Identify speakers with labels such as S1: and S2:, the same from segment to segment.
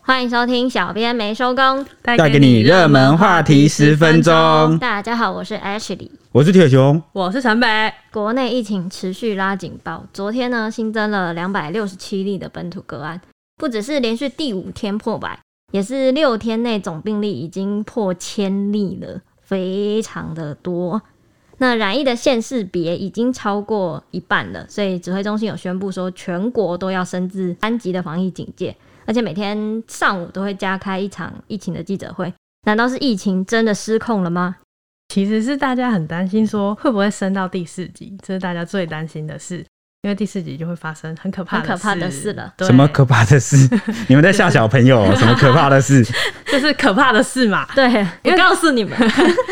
S1: 欢迎收听《小编没收工》，
S2: 带
S3: 带给你热门话题十分钟。
S1: 大家好，我是 Ashley。
S3: 我是铁熊，
S2: 我是城北，
S1: 国内疫情持续拉警报，昨天呢新增了两百六十七例的本土个案，不只是连续第五天破百，也是六天内总病例已经破千例了，非常的多。那染疫的县市别已经超过一半了，所以指挥中心有宣布说，全国都要升至三级的防疫警戒，而且每天上午都会加开一场疫情的记者会。难道是疫情真的失控了吗？
S2: 其实是大家很担心说会不会升到第四级，这是大家最担心的事，因为第四级就会发生很可怕的
S1: 很可怕的事了
S2: 对
S3: 什么可怕的 事？你们在吓小朋友 哦、什么可怕的事？
S2: 就是可怕的事嘛？
S1: 对，我
S2: 因为
S1: 告诉你们，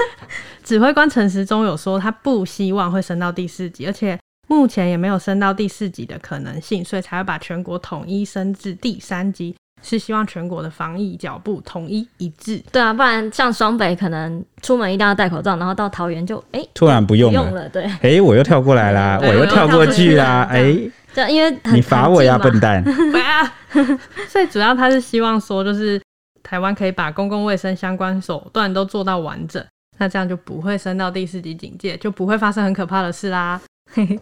S2: 指挥官陈时中有说他不希望会升到第四级，而且目前也没有升到第四级的可能性，所以才会把全国统一升至第三级，是希望全国的防疫脚步统一一致。
S1: 对啊，不然像双北可能出门一定要戴口罩，然后到桃园就哎、
S3: 突然不
S1: 不
S3: 用
S1: 用
S3: 了，
S1: 了，对，
S3: 哎、我又跳过来啦，
S2: 对
S3: 我又跳过去啦，
S1: 我
S3: 哎、
S1: 又就啊因为很
S3: 你罚我呀，笨！蛋！
S2: 啊！ 所以主要他是希望说，就是台湾可以把公共卫生相关手段都做到完整，那这样就不会升到第四级警戒，就不会发生很可怕的事啦。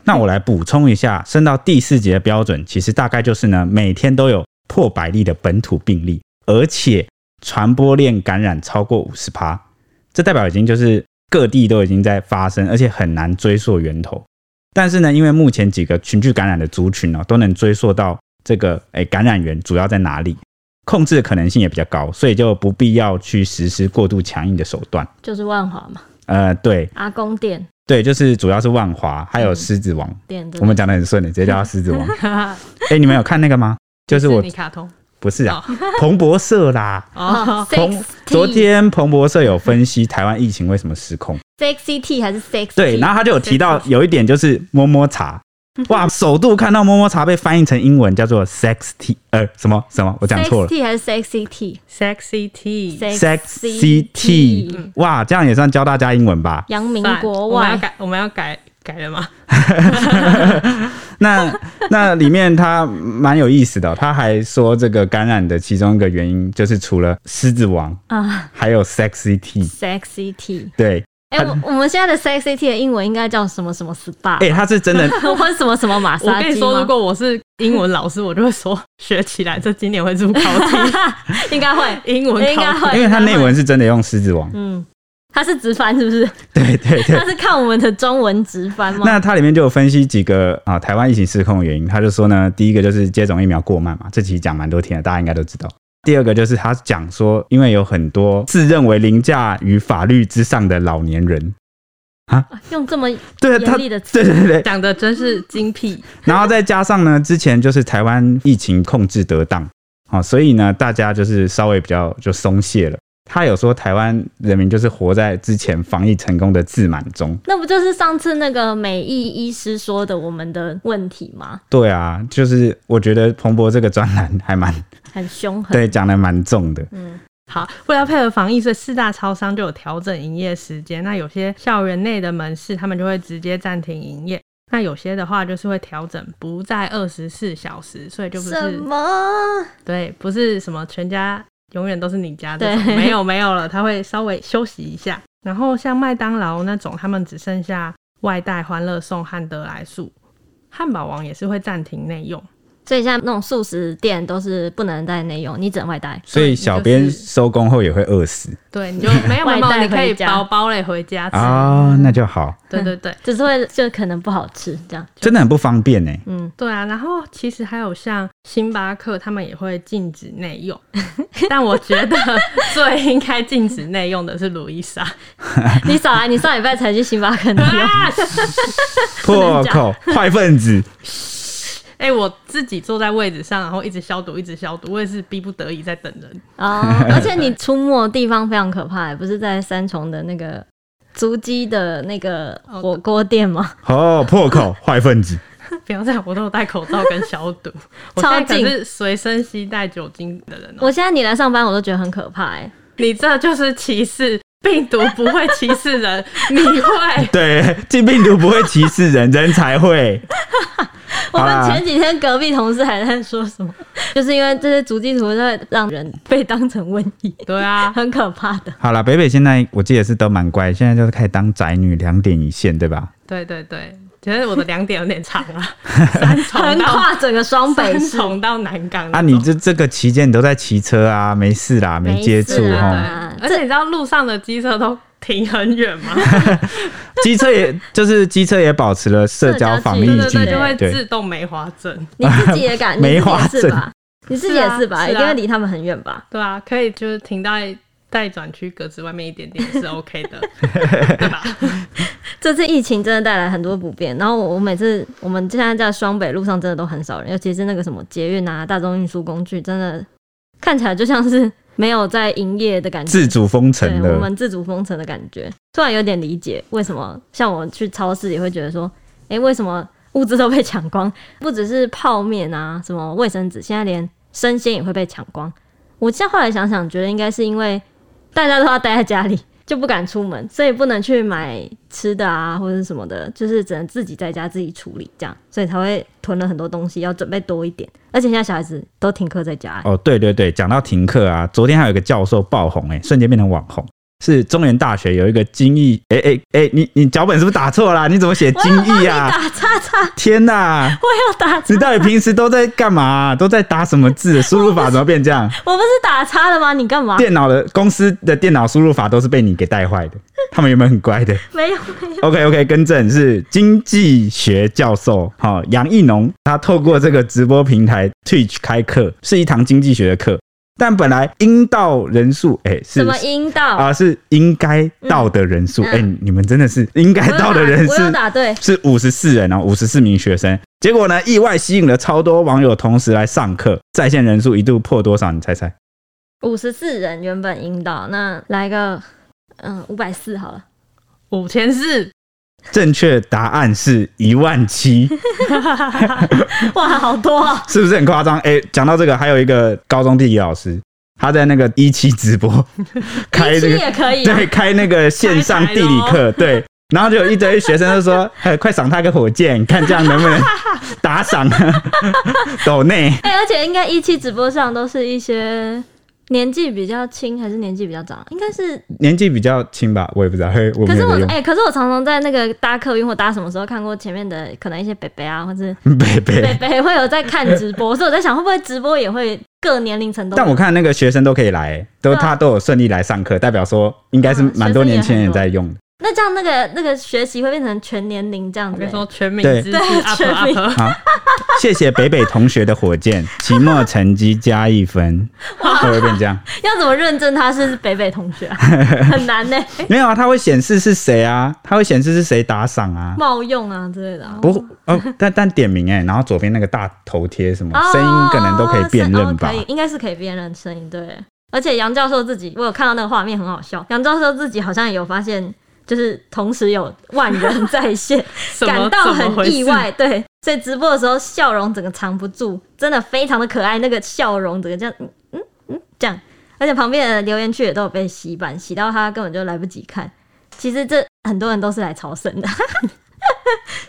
S3: 那我来补充一下，升到第四级的标准，其实大概就是呢，每天都有破百例的本土病例，而且传播链感染超过五十趴，这代表已经就是各地都已经在发生，而且很难追溯源头。但是呢，因为目前几个群聚感染的族群哦，都能追溯到这个诶、感染源主要在哪里，控制的可能性也比较高，所以就不必要去实施过度强硬的手段。
S1: 就是万华嘛，
S3: 呃，对
S1: 阿公店
S3: 对，就是主要是万华还有狮子王，
S1: 店的，
S3: 我们讲的很顺的，直接叫他狮子王。
S2: 哈哈
S3: 哎、你们有看那个吗？就是 我
S2: 你卡通
S3: 不是啊， 彭博社啦。
S1: 哦
S2: 哦，
S3: 彭
S1: Six
S3: 昨天彭博社有分析台湾疫情为什么失控，
S1: sexy T 还是 sexy？
S3: 对，然后他就有提到
S1: sexy
S3: 有一点就是摸摸茶，哇，首度看到摸摸茶被翻译成英文叫做 sex t，呃，什么什么，我讲错了
S1: T 还是 sexy T？
S2: ，sexy T，
S3: ，sexy t，哇，这样也算教大家英文吧？
S1: 扬名国
S2: 嗯我们要
S1: 外，
S2: 改，我们要改改了吗？
S3: 那那里面他蛮有意思的哦、他还说这个感染的其中一个原因就是除了狮子王
S1: 啊
S3: 还有 sexy t，
S1: ，sexy T。
S3: 对，
S1: 哎、我我们现在的 sexy T 的英文应该叫什么什么 SPA？、
S3: 哎、他是真的
S1: 或者什么什么马
S2: 我
S1: 杀
S2: 跟你
S1: 鸡
S2: 说，
S1: 吗
S2: 如果我是英文老师，我就会说学起来，这今年会入 考题，
S1: 应该会，
S2: 英文
S1: 应该
S2: 考题。
S1: 会，
S3: 因为它
S1: 应该
S3: 内
S1: 会，
S3: 文是真的用狮子王，
S1: 嗯，他是直翻是不是？
S3: 对对 对
S1: 他。是看我们的中文直翻吗？
S3: 那它里面就有分析几个啊，台湾疫情失控的原因。他就说呢，第一个就是接种疫苗过慢嘛，这期讲蛮多天的，大家应该都知道。第二个就是他讲说，因为有很多自认为凌驾于法律之上的老年人，
S1: 用这么
S3: 对
S1: 严
S3: 他，
S1: 厉
S3: 对
S1: 的
S3: 对
S1: 词，
S3: 对。
S2: 讲的真是精辟，
S3: 然后再加上呢，之前就是台湾疫情控制得当，哦，所以呢，大家就是稍微比较就松懈了。他有说台湾人民就是活在之前防疫成功的自满中，
S1: 那不就是上次那个美意医师说的我们的问题吗？
S3: 对啊，就是我觉得彭博这个专栏还蛮
S1: 很凶狠，
S3: 对讲的蛮重的，
S1: 嗯，
S2: 好，为了配合防疫，所以四大超商就有调整营业时间。那有些校园内的门市，他们就会直接暂停营业；那有些的话，就是会调整不在二十四小时，所以就不
S1: 什
S2: 是
S1: 么？
S2: 对，不是什么全家永远都是你家这
S1: 对
S2: 种，没有没有了，他会稍微休息一下。然后像麦当劳那种，他们只剩下外带欢乐颂和德来素，汉堡王也是会暂停内用。
S1: 所以现在那种素食店都是不能在内用，你只能外带。
S3: 所以小编收工后也会饿死
S2: 对，你就没有
S1: 外
S2: 没有，
S1: 带
S2: 你可
S1: 回
S2: 以
S1: 家
S2: 包包嘞回家吃。
S3: 啊、那就好，
S2: 对对对。
S1: 只是会就可能不好吃这样，
S3: 真的很不方便欸呢。
S1: 嗯，
S2: 对啊，然后其实还有像星巴克，他们也会禁止内 用，但我觉得最应该禁止内用的是鲁伊莎。
S1: 啊你少来，你上礼拜才去星巴克内 用，
S2: 啊
S3: 破口，坏分子，
S2: 哎、我自己坐在位置上，然后一直消毒，一直消毒，我也是逼不得已在等人。
S1: 哦，而且你出没的地方非常可怕，不是在三重的那个足鸡的那个火锅店吗？
S3: 哦，破口，坏分子，
S2: 不要这样，我都有戴口罩跟消毒，我
S1: 超
S2: 现在可
S1: 近
S2: 是随身携带酒精的人、哦。
S1: 我现在你来上班，我都觉得很可怕哎、
S2: 你这就是歧视病毒不会歧视人，你会。
S3: 对，这病毒不会歧视人，人才会。
S1: 我
S3: 好
S1: 们
S3: 啦
S1: 前几天隔壁同事还在说什么， 就是因为这些足迹图在让人被当成瘟疫，
S2: 对啊，
S1: 很可怕的。
S3: 好啦，北北现在我记得是都蛮乖，现在就是开始当宅女，两点一线，对吧？
S2: 对对对，觉得我的两点有点长 啊，三重
S1: 横
S2: 到
S1: 跨整个双北
S2: 三
S1: 市，
S2: 重到南港
S3: 啊，
S2: 那种
S3: 你这这个期间你都在骑车啊，没事啦，没接触
S1: 没事
S3: 哈。
S1: 啊
S2: 对，而且你知道路上的机车都停很远吗？
S3: 机车也就是机车也保持了社交防疫
S2: 对对
S1: 社交距
S3: 距
S1: 离
S2: 对，
S3: 离
S2: 就会，
S3: 对
S2: 自动梅花症。
S1: 你自己也 敢？你
S3: 梅
S1: 自己
S3: 花
S1: 也是
S3: 症
S1: 吧？你自己也是吧？
S2: 是啊
S1: 一定会离他们很远吧？
S2: 对啊，可以就是停在待转区格子外面一点点是 OK 的，对吧？
S1: 这次疫情真的带来很多不便，然后我我每次我们现在在双北路上真的都很少人，尤其是那个什么捷运啊、大众运输工具，真的看起来就像是没有在营业的感觉，
S3: 自主封城
S1: 对我
S3: 了。
S1: 们自主封城的感觉。突然有点理解为什么像我去超市也会觉得说，诶，为什么物资都被抢光？不只是泡面啊，什么卫生纸，现在连生鲜也会被抢光。我现在后来想想，觉得应该是因为大家都要待在家里，就不敢出门，所以不能去买吃的啊或者是什么的，就是只能自己在家自己处理这样，所以才会囤了很多东西，要准备多一点。而且现在小孩子都停课在家、
S3: 哦，对对对，讲到停课啊，昨天还有一个教授爆红、欸，瞬间变成网红。是中原大学有一个精益，哎哎哎，欸你你脚本是不是打错啦？啊你怎么写精益啊？
S1: 打叉叉，
S3: 天哪、
S1: 我要打叉
S3: 你到底平时都在干嘛啊、都在打什么字？输入法怎么 变这样？
S1: 我不是打叉了吗？你干嘛？
S3: 电脑的公司的电脑输入法都是被你给带坏的。他们有没有很乖的？
S1: 没有，
S3: OK OK，更正是经济学教授，好、杨义农，他透过这个直播平台 Twitch 开课，是一堂经济学的课。但本来应到人数，哎、是
S1: 什么阴道？
S3: 啊、是应该到的人数，
S1: 嗯
S3: 哎、你们真的是应该
S1: 我有
S3: 到的
S1: 打
S3: 人
S1: 我有
S3: 是
S1: 打对，
S3: 是五十四人哦，五十四名学生。结果呢，意外吸引了超多网友同时来上课，在线人数一度破多少？你猜猜？
S1: 五十四人原本阴道，那来个嗯五百四 好了。
S2: 五千四，
S3: 正确答案是一万七。
S1: 哇，好多、哦！
S3: 是不是很夸张？哎、讲到这个，还有一个高中地理老师，他在那个一期直 播开
S1: 一
S3: 这
S1: 期
S3: 个，
S1: 也可以、啊，
S3: 对，开那个线上地理课，对。然后就有一堆学生就说：“ 哎，快赏他个火箭，看这样能不能打赏啊 抖内
S1: 哎、而且应该一期直播上都是一些年纪比较轻还是年纪比较长，应该是。
S3: 年纪比较轻吧，我也不知道，嘿我
S1: 可
S3: 没
S1: 是
S3: 有
S1: 我
S3: 在用
S1: 哎、可是我常常在那个搭客运或搭什么时候看过前面的可能一些北北啊，或是
S3: 贝
S1: 北
S3: 贝。
S1: 北会有在看直播，所以我在想会不会直播也会各年龄层都有。
S3: 但我看那个学生都可以来，都
S1: 对啊
S3: 他都有顺利来上课，代表说应该是
S1: 嗯
S3: 蛮多
S1: 学生也
S3: 年轻人
S1: 很多
S3: 在用的。
S1: 那这样那个那个学习会变成全年龄这样
S2: 我
S1: 子、
S2: 跟
S1: 欸
S2: 你。说，全民
S3: 对
S2: 知识
S1: 对
S2: up
S1: 全民
S2: up，
S3: 好，谢谢北北同学的 火箭，期末成绩加一分，会不会变这样？
S1: 要怎么认证他是北北同 学、啊？很难欸呢、
S3: 没有啊，它会显示是谁啊，它会显示是谁打赏啊。
S1: 冒用啊之类的、啊。
S3: 不哦，但但点名哎、然后左边那个大头贴什么、声音可能都可以辨认吧
S1: 哦、？可以，应哦该是可以辨认声音对。而且杨教授自己，我有看到那个画面很好笑。杨教授自己好像也有发现，就是同时有万人在线，
S2: 什么
S1: 感到
S2: 怎么
S1: 很
S2: 回事
S1: 意外。对，所以直播的时候笑容整个藏不住，真的非常的可爱，那个笑容整个这样，嗯嗯嗯这样。而且旁边的留言区也都有被洗版，洗到他根本就来不及看。其实这很多人都是来朝圣的。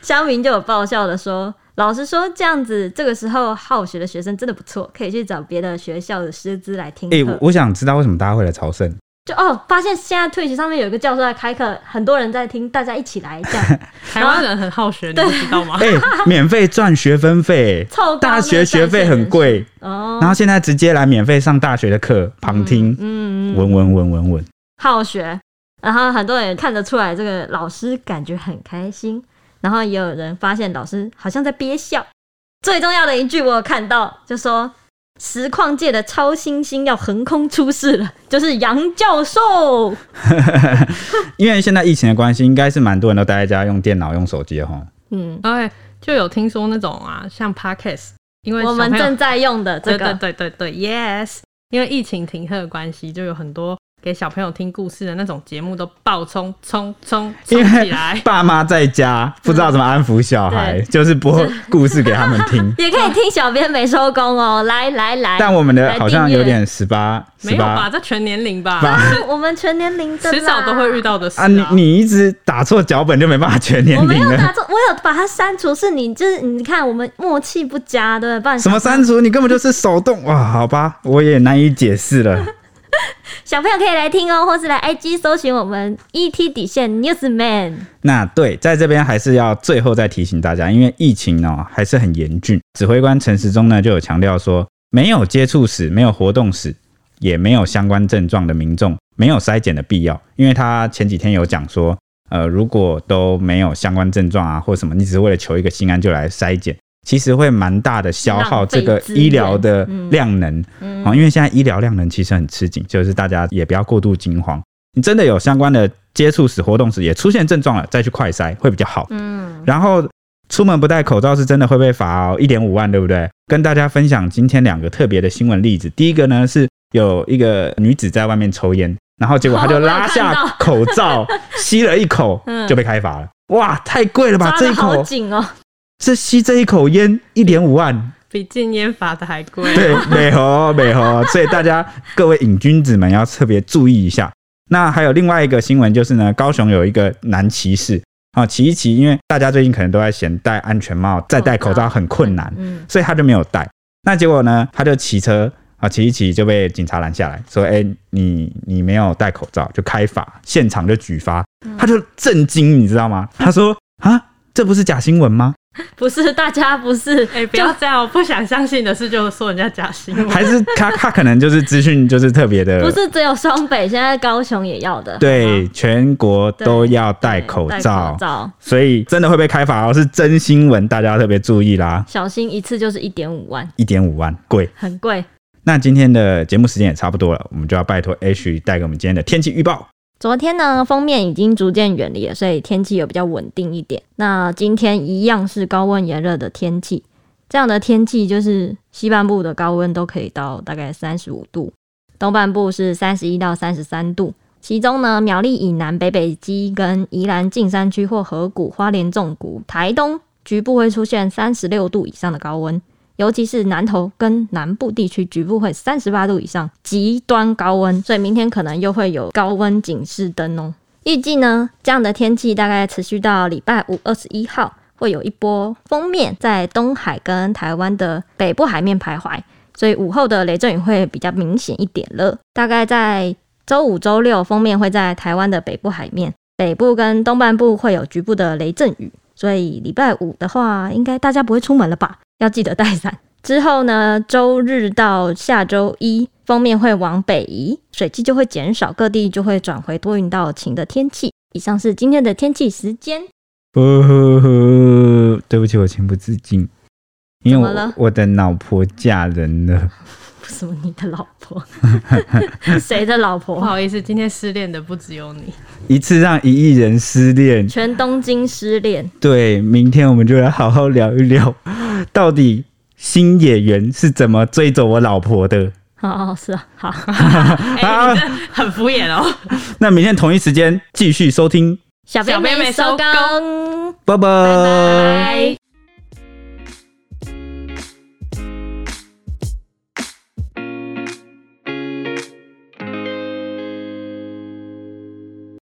S1: 乡民就有爆笑的说：“老实说，这样子这个时候好学的学生真的不错，可以去找别的学校的师资来听课。
S3: 哎、我我想知道为什么大家会来朝圣？
S1: 就哦，发现现在退学上面有一个教授在开课，很多人在听，大家一起来 这样
S2: 台湾人很好学，你不知道吗？
S3: 哎、免费赚学分费、
S1: 凑高
S3: 大学学费很贵，
S1: 哦。
S3: 然后现在直接来免费上大学的课，旁听，
S1: 嗯，嗯
S3: 稳稳稳稳稳。
S1: 好学，然后很多人看得出来这个老师感觉很开心，然后也有人发现老师好像在憋笑。最重要的一句我有看到，就说实况界的超新星要横空出世了，就是杨教授。
S3: 因为现在疫情的关系，应该是蛮多人都待在家用电脑、用手机的哈。
S1: 嗯，
S2: 哎，就有听说那种啊，像 Podcast，因为
S1: 我们
S2: 小朋友
S1: 正在用的这
S2: 对
S1: 个
S2: 对对对对，yes。因为疫情停课的关系，就有很多给小朋友听故事的那种节目都爆冲冲冲
S3: 因
S2: 冲起
S3: 为。
S2: 来
S3: 爸妈在家不知道怎么安抚小孩，
S1: 对。
S3: 就是播故事给他们听
S1: 也可以听小编没收工哦，来来来，
S3: 但我们的
S1: 来
S3: 好像
S1: 订阅
S3: 有点十八
S2: 没
S3: 十
S2: 有吧？
S3: 八
S2: 这全年龄吧，
S1: 啊， 我们全年龄的啦，
S2: 迟早都会遇到的事
S3: 啊，你你一直打错脚本就没办法全年
S1: 我没
S3: 龄
S1: 有打
S3: 了。
S1: 错，我有把它删除，是你就是你看我们默契不佳，对不对？不然
S3: 什么删除？你根本就是手动哇！好吧，我也难以解释了。
S1: 小朋友可以来听哦，或是来 IG 搜寻我们 ET 底线 Newsman。
S3: 那对，在这边还是要最后再提醒大家，因为疫情呢、还是很严峻。指挥官陈时中呢就有强调说，没有接触史、没有活动史、也没有相关症状的啊民众，没有筛检的必要。因为他前几天有讲说，呃，如果都没有相关症状啊，或什么，你只是为了求一个心安就来筛检，其实会蛮大的消耗
S1: 浪费
S3: 这个
S1: 资源
S3: 医疗的量能。
S1: 嗯
S3: 哦，因为现在医疗量能其实很吃紧，就是大家也不要过度惊慌。你真的有相关的接触史、活动史也出现症状了，再去快筛会比较好。
S1: 嗯，
S3: 然后出门不戴口罩是真的会被罚哦，一点五万，对不对？跟大家分享今天两个特别的新闻例子。第一个呢是有一个女子在外面抽烟，然后结果她就
S1: 哦我有
S3: 拉
S1: 看
S3: 下
S1: 到
S3: 口罩、吸了一口，
S1: 嗯
S3: 就被开罚了。哇，太贵了吧！
S1: 抓
S3: 这
S1: 的
S3: 一
S1: 好
S3: 口
S1: 紧哦，
S3: 这吸这一口烟一点五万，
S2: 比禁烟罚的还贵。
S3: 对，美猴美猴，所以大家各位瘾君子们要特别注意一下。那还有另外一个新闻就是呢，高雄有一个男骑士啊，骑一骑，因为大家最近可能都在嫌戴安全帽、再戴口罩很困难，
S1: 嗯，
S3: 所以他就没有戴。那结果呢，他就骑车啊，骑一骑就被警察拦下来，说：“哎、你你没有戴口罩，就开罚，现场就举发。”
S1: 嗯
S3: 他就震惊，你知道吗？他说：“啊，这不是假新闻吗？
S1: 不是大家不是，
S2: 哎、不要这样，我不想相信的事就说人家假新闻。
S3: 还是他他可能就是资讯就是特别 的
S1: 不是只有双北，现在高雄也要的，
S3: 呃 对，全国都要戴
S1: 对
S3: 口
S1: 戴
S3: 罩
S1: 口，罩，
S3: 所以真的会被开罚哦，是真新闻，大家要特别注意啦。
S1: 小心一次就是一点五万，
S3: 一点五万贵。
S1: 很贵。
S3: 那今天的节目时间也差不多了，我们就要拜托 H 带给我们今天的天气预报。
S1: 昨天呢，封面已经逐渐远离了，所以天气有比较稳定一点。那今天一样是高温炎热的天气，这样的天气就是西半部的高温都可以到大概三十五度，东半部是三十一到三十三度。其中呢，苗栗以南、北北基跟宜兰近山区或河谷、花莲纵谷、台东局部会出现三十六度以上的高温，尤其是南投跟南部地区局部会三十八度以上，极端高温，所以明天可能又会有高温警示灯哦。预计呢，这样的天气大概持续到礼拜五二十一号，会有一波封面在东海跟台湾的北部海面徘徊，所以午后的雷阵雨会比较明显一点了。大概在周五、周六，封面会在台湾的北部海面，北部跟东半部会有局部的雷阵雨，所以礼拜五的话，应该大家不会出门了吧？要记得带伞。之后呢，周日到下周一，封面会往北移，水汽就会减少，各地就会转回多云到晴的天气。以上是今天的天气时间。
S3: 呼呼呼！哦对不起，我情不自禁，因为
S1: 怎么
S3: 我
S1: 了
S3: 我的老婆嫁人了。
S1: 为什么你的老婆？ 谁的老
S2: 不
S1: 婆？
S2: 好意思，今天失恋的不只有你。
S3: 一次让一亿人失恋，
S1: 全东京失恋，
S3: 对，明天我们就来好好聊一聊，到底新演员是怎么追走我老婆的。
S1: 哦，是啊，好，
S2: 哎、
S3: 啊
S2: 你这很敷衍哦。
S3: 那明天同一时间继续收听，
S1: 小
S2: 小
S1: 编
S2: 编
S1: 没
S2: 没
S1: 收
S2: 收
S1: 工，拜
S3: 拜
S1: 拜。